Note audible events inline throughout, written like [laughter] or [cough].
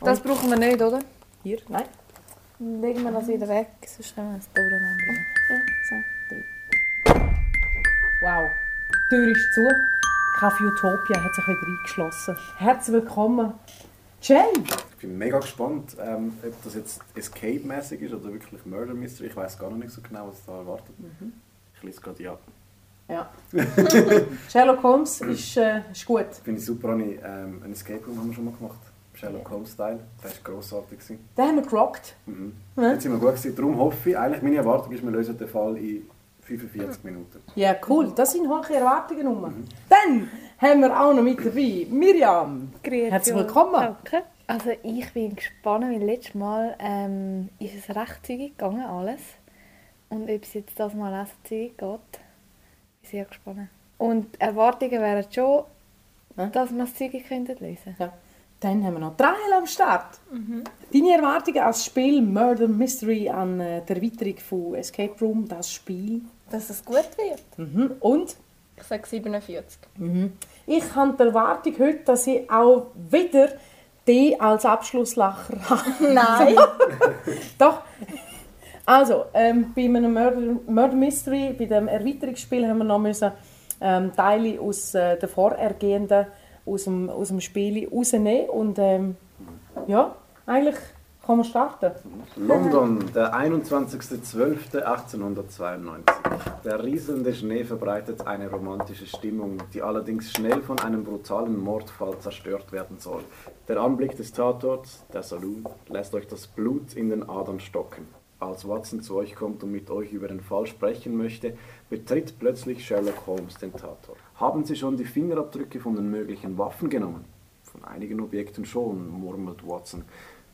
Das brauchen wir nicht, oder? Hier? Nein. Legen wir das wieder weg, sonst nehmen wir das durcheinander. Wow. Die Tür ist zu. Kaffee Utopia hat sich wieder eingeschlossen. Herzlich willkommen. Jay! Ich bin mega gespannt, ähm, ob das jetzt Escape-mäßig ist oder wirklich Murder Mystery. Ich weiß gar noch nicht so genau, was da erwartet. Ich lese gerade ja. Ja. [laughs] Sherlock Holmes ist, äh, ist gut. Finde ich super, Anni. Ähm, ein Escape Room haben wir schon mal gemacht. Sherlock Holmes-Style. Das war grossartig. gewesen. Den haben wir gerockt. Mhm. Jetzt sind wir gut gewesen. Darum hoffe ich, eigentlich meine Erwartung ist, wir lösen den Fall in 45 Minuten. Ja, cool. Das sind hohe Erwartungen. Mhm. Dann haben wir auch noch mit dabei Miriam. Grüezi Herzlich willkommen. Danke. Also ich bin gespannt, weil letztes Mal ähm, ist es recht zügig gegangen alles. Und ob es jetzt das Mal auch so zügig geht, bin sehr gespannt. Und die Erwartungen wären schon, Hä? dass wir es zügig könnten lösen. Ja. Dann haben wir noch Rahel am Start. Deine Erwartungen als Spiel Murder Mystery an äh, der Erweiterung von Escape Room, das Spiel. Dass es gut wird. Mhm. Und Ich sage 47. Mhm. ich habe die Erwartung heute, dass ich auch wieder die als Abschlusslacher [laughs] habe. Nein. Doch. Also, ähm, bei einem Murder, Murder Mystery, bei dem Erweiterungsspiel, haben wir noch müssen, ähm, Teile aus äh, den Vorhergehenden aus dem, aus dem Spiel rausnehmen. Und ähm, ja, eigentlich kann man starten. London, der 21.12.1892. Der rieselnde Schnee verbreitet eine romantische Stimmung, die allerdings schnell von einem brutalen Mordfall zerstört werden soll. Der Anblick des Tatorts, der Saloon, lässt euch das Blut in den Adern stocken. Als Watson zu euch kommt und mit euch über den Fall sprechen möchte, betritt plötzlich Sherlock Holmes den Tatort. Haben Sie schon die Fingerabdrücke von den möglichen Waffen genommen? Von einigen Objekten schon, murmelt Watson.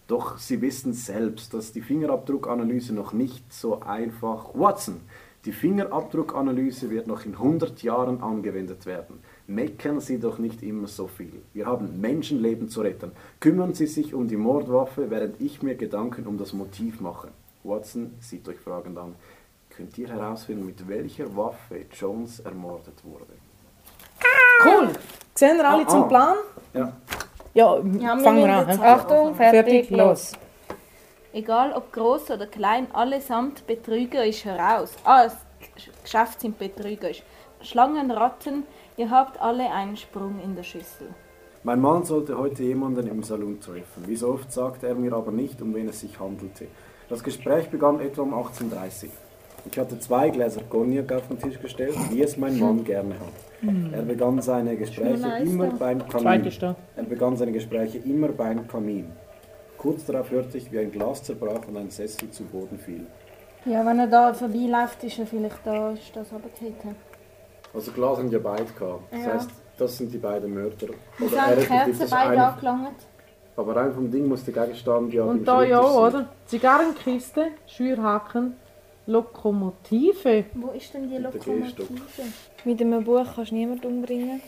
Doch Sie wissen selbst, dass die Fingerabdruckanalyse noch nicht so einfach. Watson, die Fingerabdruckanalyse wird noch in 100 Jahren angewendet werden. Meckern Sie doch nicht immer so viel. Wir haben Menschenleben zu retten. Kümmern Sie sich um die Mordwaffe, während ich mir Gedanken um das Motiv mache. Watson sieht euch fragend an. Könnt ihr herausfinden, mit welcher Waffe Jones ermordet wurde? Cool! Sehen wir alle Ah, ah. zum Plan? Ja, Ja, [laughs] Ja, wir fangen wir müssen an. jetzt halt hä? Achtung, also, fertig, los. Egal ob groß oder klein, allesamt betrügerisch heraus. Alles Geschäft sind betrügerisch. Schlangen, Ratten, ihr habt alle einen Sprung in der Schüssel. Mein Mann sollte heute jemanden im Salon treffen. Wie so oft sagte er mir aber nicht, um wen es sich handelte. Das Gespräch begann etwa um 18.30 Uhr. Ich hatte zwei Gläser Cognac auf den Tisch gestellt, wie es mein Mann gerne hat. Er begann seine Gespräche immer beim Kamin. Zweite da. Er begann seine Gespräche immer beim Kamin. Kurz darauf hörte ich, wie ein Glas zerbrach und ein Sessel zu Boden fiel. Ja, wenn er da vorbeiläuft, ist er vielleicht da, ist das runtergefallen. Also Glas haben ja beide gehabt. Das Ja. heißt, das sind die beiden Mörder. Wieso haben die Kerzen beide angelangt? aber rein vom Ding muss der Gegenstand ja Und da ja auch, oder? Zigarrenkiste, Schürhaken, Lokomotive. Wo ist denn die Mit der Gehstock. Lokomotive? Mit einem Buch kannst du niemanden umbringen.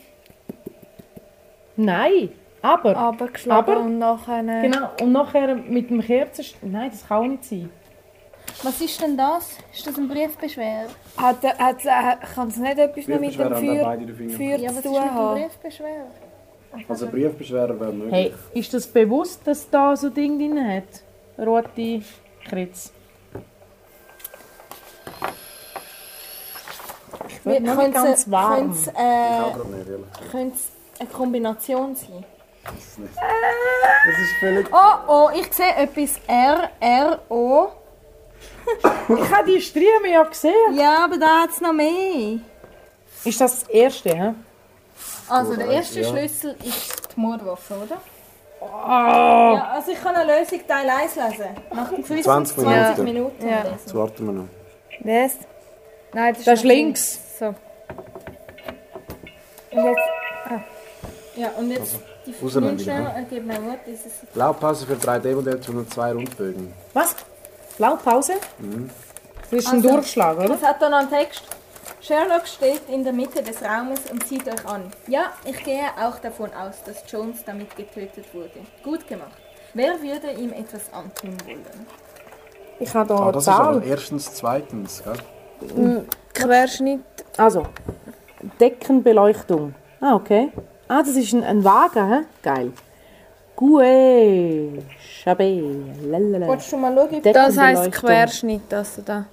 Nein, aber. Abgeschlagen Aber- und nachher... Ah, äh, Genau, und nachher mit dem Kerzen. Nein, das kann auch nicht sein. Was ist denn das? Ist das ein Briefbeschwer? Hat, er- hat, er- kann es nicht etwas noch mit dem Briefbeschwerer haben auch Feuer, beide den Finger. Feuer Ja, zu was ist mit tun dem haben? Briefbeschwer? Also Briefbeschwerer wäre möglich. Hey, ist das bewusst, dass da so ein Ding drin hat? Rote Kritz. Wir noch nicht ganz warm. können's, äh, Gerade nicht, ehrlich gesagt. können's eine Kombination sein. Das ist völlig... Oh, oh, ich sehe etwas R, R, O. Ich habe die Striemen ja gesehen. Ja, aber da hat es noch mehr. Ist das das erste, hä? Also, der erste ja. Schlüssel ist die Mordwaffe, oder? Ah. Ja, also ich kann eine Lösung Teil 1 lesen. Nach 25 20 Minuten. Minuten. Ja. lesen. Jetzt warten wir noch. Das? Nein, Das ist noch links. So. Und jetzt... Ja, und jetzt die rausnehmen nimm Also, wieder, ne? schnell, äh, gib mir Wort, dieses Blaupause für 3D-Modell 102 Rundbögen. Was? Blaupause? Das ist ein Also- Durchschlag, oder? Was hat da noch ein Text? Sherlock steht in der Mitte des Raumes und sieht euch an. Ja, ich gehe auch davon aus, dass Jones damit getötet wurde. Gut gemacht. Wer würde ihm etwas antun wollen? Ich habe da Ah, eine das ist aber Oh, Zahl. erstens, zweitens, gell? Querschnitt. Also, Deckenbeleuchtung. Ah, okay. Ah, das ist ein, ein Wagen, hä? Geil. Gue, Chabé, lalala. Wolltest du mal schauen? ob- Das heisst Deckenbeleuchtung. Querschnitt, dass du da,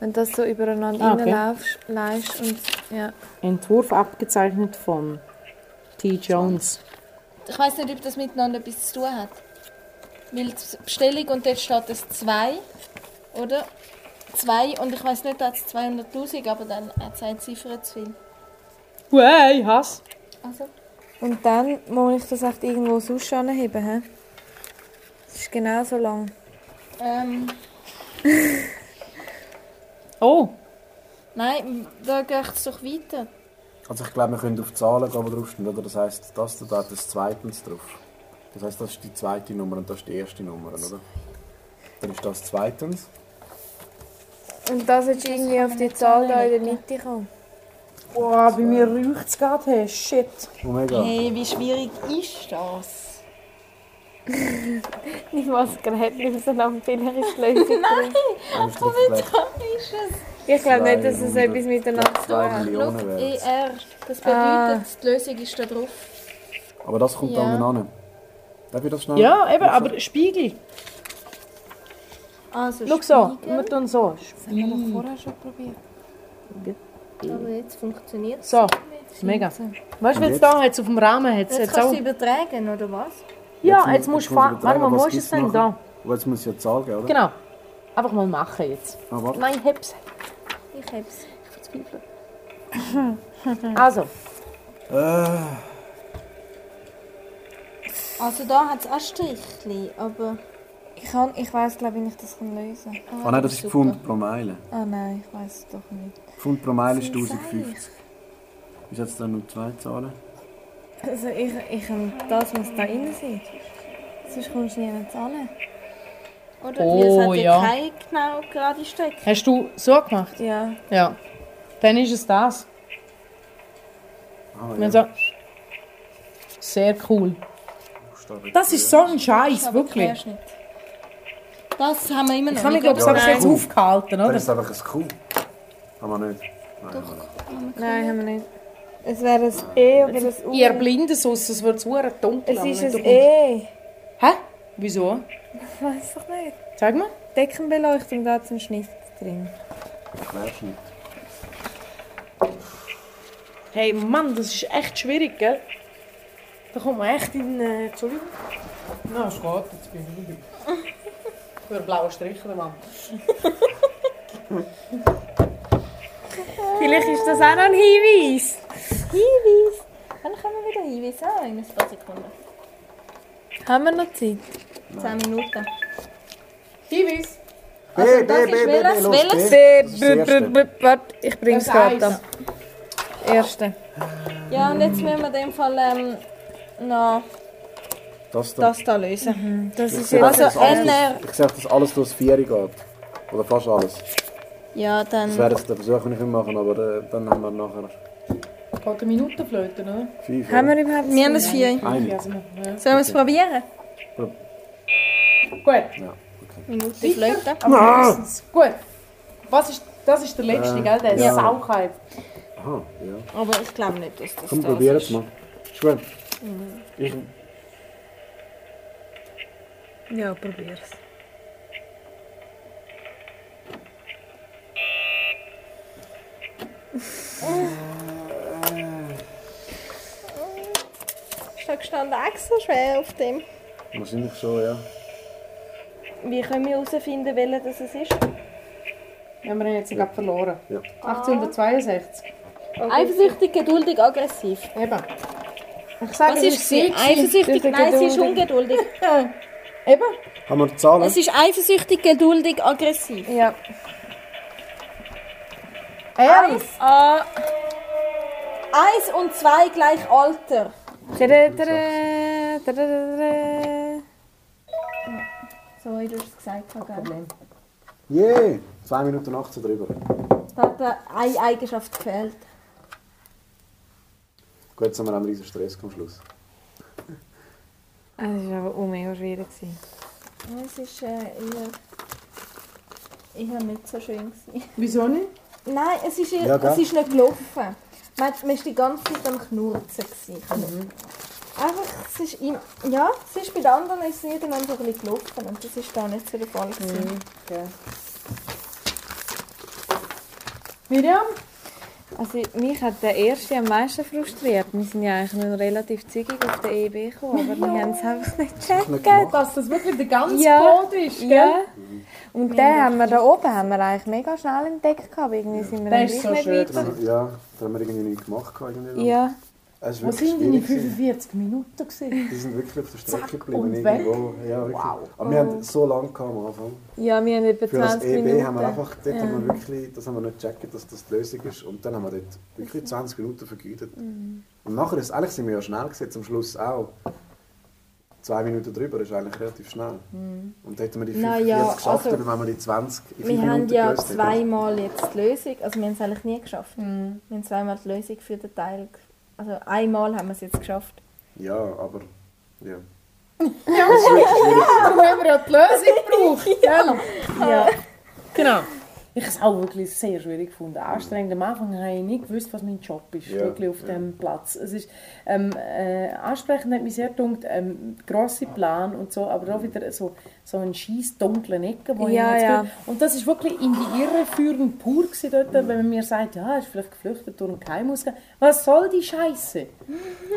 wenn du das so übereinander Ah, okay. reinlaufst, leist und ja. Entwurf abgezeichnet von T. Jones. Ich weiß nicht, ob das miteinander etwas zu tun hat. Weil die Bestellung und dort steht es 2, oder? 2 und ich weiß nicht, da hat es 200'000, aber dann hat es eine Ziffer zu viel. Wey, Hass. Also, Und dann muss ich das echt irgendwo sonst anheben, hä? Das ist genau so lang. ähm, Oh, nein, da geht es doch weiter. Also ich glaube, wir können auf die Zahlen gehen, die draufstehen, oder? Das heisst, das da hat das zweitens drauf. Das heisst, das ist die zweite Nummer und das ist die erste Nummer, oder? Dann ist das zweitens. Und das jetzt irgendwie auf die Zahl da in der Mitte kommen. Boah, bei mir riecht es gerade. Hey, shit. Oh mega. Hey, wie schwierig ist das? Nicht mal das Gerät auseinander, vielleicht ist die [laughs] Lösung drin. Dann ist das vielleicht Ist es? Ich glaube nicht, dass es etwas miteinander zu tun zwei hat. Millionen wert. ER. E Das bedeutet, Ah. die Lösung ist da drauf. Aber das kommt Ja. dann an. Darf ich das schnell? Ja, eben, aber Spiegel. Also, Schau so, wir tun so. Ich habe doch vorher schon probiert. Aber jetzt funktioniert es. So, mega. Weißt du, wenn es da jetzt auf dem Rahmen hat, Jetzt jetzt kannst auch. du übertragen, oder was? Ja, jetzt musst du fahren. Warte mal, was musst du gibt's es denn da? nachher? Oh, Jetzt muss ich ja Zahl geben, oder? Genau. Einfach mal machen jetzt. Ah, warte. Nein, heb's. Ich hab's. Ich verzweifle. Also, Äh, Also da hat es auch Strichli, aber... Ich, kann, ich weiss, glaube ich, nicht, dass ich das lösen kann. ah nein, das ist Pfund pro Meile. Ah nein, ich weiss es doch nicht. Pfund pro Meile ist 1050. Ist jetzt dann nur zwei Zahlen? Also ich, ich, das muss da drin sein. Sonst kommst du nirgends an. Oder? Oh, Weil es hat ja, ja. keine genau gerade Strecke. hast du so gemacht? Ja. Ja. Dann ist es das. Ah, Wir haben so. Sehr cool. Das ist so ein Scheiß, Aber wirklich. Querschnitt. Das haben wir immer noch. Ich habe mich, glaube ich, Ja, selbst das jetzt ist cool. aufgehalten, Das oder? ist einfach ein Kuh. Haben wir nicht. Nein, haben wir nicht. Nein, haben wir nicht. Es wäre ein E oder ein U. Ihr Blinden sonst, es wird so dunkel. es aber ist wenn ein du- E. Hä? Wieso? Ich weiss doch nicht. Zeig mal. Deckenbeleuchtung, da hat es einen Schnitt drin. Querschnitt. Hey Mann, das ist echt schwierig, gell? Da kommt man echt in. Äh, Entschuldigung. Na, es geht, jetzt bin ich [laughs] müde. Für blaue Striche, Mann. Vielleicht ist das auch noch ein Hinweis. Hinweis. Dann können wir wieder Hinweis haben in ein paar Sekunden. Haben wir noch Zeit? 10 Minuten. Hinweis! B, B, das B, B, ist B, welches? los, B. Welches? Das ist das Erste. Warte, ich bring's Das Eis. gerade an. Erste. Ja, und jetzt müssen wir in dem Fall ähm, noch Das da. das da lösen. Das ist sehe, jetzt dass Also alles NR. durch- Ich sehe, dass alles durchs Vieri geht. Oder fast alles. Ja, Das dann... wäre jetzt der Versuch, den ich will machen aber äh, dann haben wir nachher Geht eine Minute flöten, oder? fünf. Haben oder? wir überhaupt Wir haben das vier. Eine. Also, ja. Sollen wir es probieren? Gut, Ja, Nou! okay. Minute flöten. aber wenigstens. Gut. Was ist, das ist der letzte, Äh, gell? Der ja. ist Saukeit. Aha, ja. Aber ich glaube nicht, dass das Komm, das probier ist. es mal. Ist gut. Ich, Ja, probier's. Ist da gestanden extra schwer auf dem? wahrscheinlich schon, ja. Wie können wir herausfinden, welcher das es ist? Wir haben ihn jetzt gerade verloren. Ja. 1862. Eifersüchtig, geduldig, aggressiv. Eben. Ich sage, Was es ist sie? Dass Eifersüchtig? er Nein, sie ist geduldig- ungeduldig. Eben. Haben wir die Zahlen? Es ist eifersüchtig, geduldig, aggressiv. Ja. Ehrlich? Ah. Eins und zwei gleich Alter. Tada, tada, tada, tada. So wie du es gesagt hast. gell? Yeah! 2 Minuten 18 drüber. Da hat mir eine Eigenschaft gefehlt. Gut, jetzt haben wir einen riesen Stress am Schluss. Das war aber auch mega schwierig. gewesen. Es ist äh, eher, eher nicht so schön. Gewesen. Wieso nicht? Nein, es ist, eher, Ja, gell? es ist Mhm. nicht gelaufen. Man, man war die ganze Zeit am Knurzen. Gewesen. Einfach es ist im, ja, es ist bei den anderen ist es irgendwann so ein bisschen gelaufen und das ist da nicht so der Fall. gewesen. Miriam? Also mich hat der erste am meisten frustriert. Wir sind ja eigentlich nur relativ zügig auf den EB gekommen, aber wir haben es einfach nicht gecheckt. Dass das wirklich der ganze Ja. Boden ist, gell? Ja. Und den haben wir da oben haben wir eigentlich mega schnell entdeckt, gehabt, aber irgendwie sind wir Der dann ist gleich so schön. nicht weiter. Also, ja, da haben wir irgendwie nichts gemacht. gehabt, Irgendwie Ja, Es ist Wo wirklich sind denn die schwierig gewesen. 45 Minuten gewesen? Die sind wirklich auf der Zack, Strecke und geblieben. weg. Irgendwo. Ja, wirklich. Aber wir haben so lange gehabt am Anfang. ja wir haben etwa Für das 20 EB Minuten. haben wir einfach, dort haben wir wirklich, das haben wir nicht gecheckt, dass das die Lösung ist. Und dann haben wir dort wirklich 20 Minuten vergeudet. Und nachher ist eigentlich sind wir ja schnell gewesen, zum Schluss auch. Zwei Minuten drüber ist eigentlich relativ schnell. Und hätten wir die Mhm. 45 Na ja, geschafft, also- dann wären wir die 20 in fünf Wir haben Minuten ja gelöst hätten. zweimal jetzt die Lösung, also wir haben es eigentlich nie geschafft. Wir haben zweimal die Lösung für den Teil, g- also einmal haben wir es jetzt geschafft. Ja, aber... [laughs] Ja. Da haben wir ja die Lösung gebraucht, gell? Ja. Genau. Ich habe es auch wirklich sehr schwierig gefunden. Anstrengend. Am Anfang habe ich nicht gewusst, was mein Job ist, Ja, wirklich auf ja. dem Platz. Es ist ähm, äh, ansprechend, hat mich sehr gedacht, ähm, grosse Plan und so, aber auch wieder so, so ein scheiß dunklen Ecke, wo Ja, ich jetzt ja. bin. Und das ist wirklich in die Irre führend pur gewesen dort, wenn man mir sagt, ja, er ist vielleicht geflüchtet durch einen Geheimausgang. Was soll die Scheiße?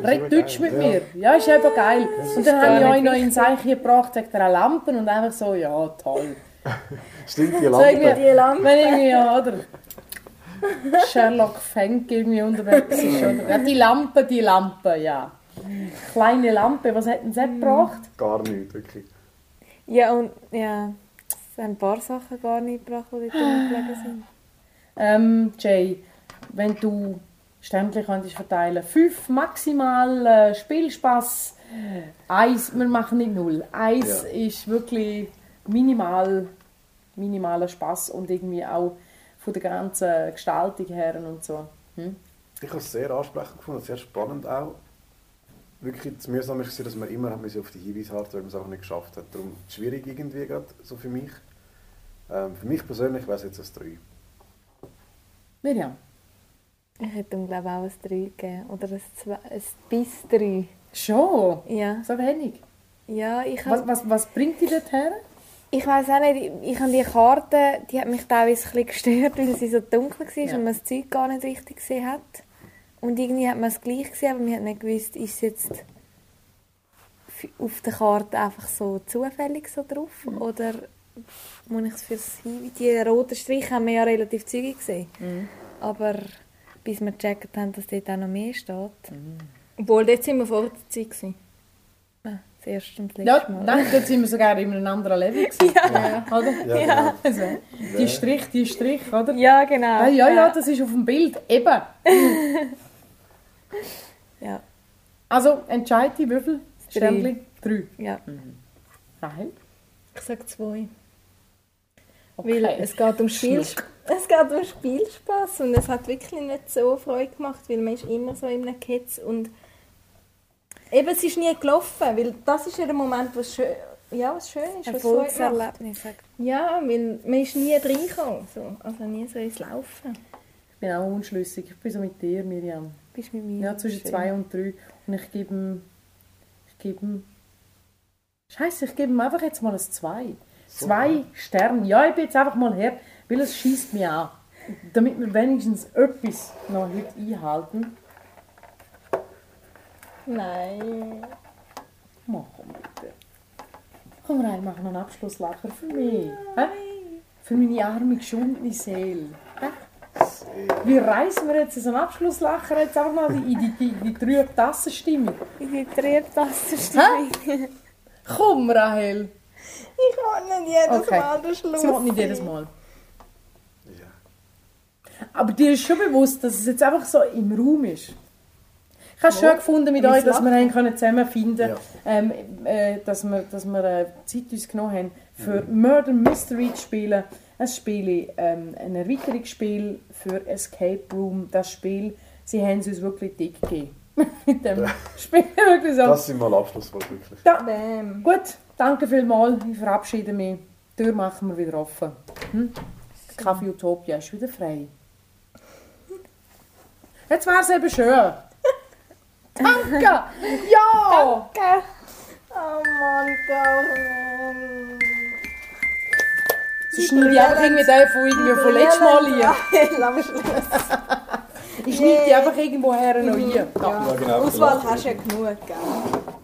Red Deutsch mit mir. Ja, ist eben geil. Und dann habe ich euch noch ins Eichen gebracht wegen der Lampen und einfach so, ja, toll. Stimmt, Sag die mir- Lampe. Die Lampe. Wenn irgendwie, ja, oder? Sherlock Fenk irgendwie unterwegs ist, oder? Ja, die Lampe, die Lampe, ja. Kleine Lampe, was hat denn das gebracht? Gar nicht, wirklich. Ja, und ja, es haben ein paar Sachen gar nicht gebracht, die dort rumgelegen sind. Ähm, Jay, wenn du Stempel könntest verteilen, fünf maximal äh, Spielspaß, eins, wir machen nicht null. Eins Ja. ist wirklich minimal, minimaler Spaß und irgendwie auch von der ganzen Gestaltung her und so. Hm? Ich habe es sehr ansprechend gefunden, sehr spannend auch. Wirklich das Mühsame war, dass man immer hat müssen auf die Hinweise harten weil man es einfach nicht geschafft hat. Darum schwierig irgendwie gerade, so für mich. Ähm, für mich persönlich wäre es jetzt ein 3. Miriam. Ich hätte ihm glaube ich auch ein 3 gegeben. Oder ein, zwei, ein bis 3. Schon? Ja. So wenig. Ja, ich Was, habe... was, was bringt dich dorthin? Ich weiß auch nicht, ich- ich habe die Karte, die hat mich teilweise ein bisschen gestört, [laughs] weil sie so dunkel war Ja. und man das Zeug gar nicht richtig gesehen hat. Und irgendwie hat man es gleich gesehen, aber man hat nicht gewusst, ist es jetzt f- auf der Karte einfach so zufällig so drauf Mhm. oder muss ich es fürs Hinweis... Die roten Striche haben wir ja relativ zügig gesehen. Mhm. Aber bis wir gecheckt haben, dass dort auch noch mehr steht. Obwohl, dort sind wir vor der Zeit gewesen. Ah, Das erste und das Ja, letzte Mal. nein, dort sind wir sogar in einem anderen Level. gewesen. Ja. Oder? Ja, ja. Also, die Strich, die Strich, oder? Ja, genau. Ah, ja, ja, das ist auf dem Bild. Eben. Ja, Also, entscheide die Würfel. Sternli. Drei. Mhm. ja. Nein. Ich sage zwei. Okay. Weil es geht um Spiel. Es geht um Spielspaß und es hat wirklich nicht so Freude gemacht, weil man ist immer so in einem Kitz und eben es ist nie gelaufen, weil das ist ja der Moment, was schön, ja, was schön ist, was Freude macht. Erfolgserlebnis. sagt Ja, weil man ist nie reingekommen, so. also nie so ins Laufen. ich bin auch unschlüssig. Ich bin so mit dir, Miriam. Bist mit mir. Ja, zwischen Schön. zwei und drei. Und ich gebe ihm. Ich gebe ihm. Scheiße, ich gebe ihm einfach jetzt mal ein Zwei. Zwei Sterne. Ja, ich bin jetzt einfach mal her, weil es schießt mich an. Damit wir wenigstens etwas noch heute einhalten. Nein. Mach komm bitte. Komm rein, mach noch einen Abschlusslacher für mich. Hä? Für meine arme, geschundene Seele. Hä? Wie reißen wir jetzt so einen Abschlusslacher jetzt einfach mal in die, die, die, die drei Tassenstimmung? Ich bin Triebtastenstimmung. Komm, Rahel! Ich will nicht jedes Okay. Mal den Schluss. Sie will nicht sein. jedes Mal. ja. Aber dir ist schon bewusst, dass es jetzt einfach so im Raum ist. Ich habe es schön gefunden mit euch, dass wir haben können zusammenfinden Ja. ähm, äh, dass wir, dass wir äh, Zeit uns genommen haben, für Murder Mystery zu spielen. Ein Spiel, ähm, ein Erweiterungsspiel für Escape Room. Das Spiel, sie haben es uns wirklich dick gegeben. [laughs] mit dem Spiel wirklich so. Das sind mal Abschlusswort wirklich. Bäm. Gut, danke vielmals. Ich verabschiede mich. Die Tür machen wir wieder offen. Hm? Kaffee Utopia ist wieder frei. Jetzt wäre es eben schön. Danke! Ja! Tá, Danke. Oh Mann, Carmen. Sie schneide ich einfach irgendwie den von irgendwie von letztes Mal [laughs] hier. Ich schneide die einfach irgendwo her noch hier. Ja. genau. Auswahl hast du ja genug, gell?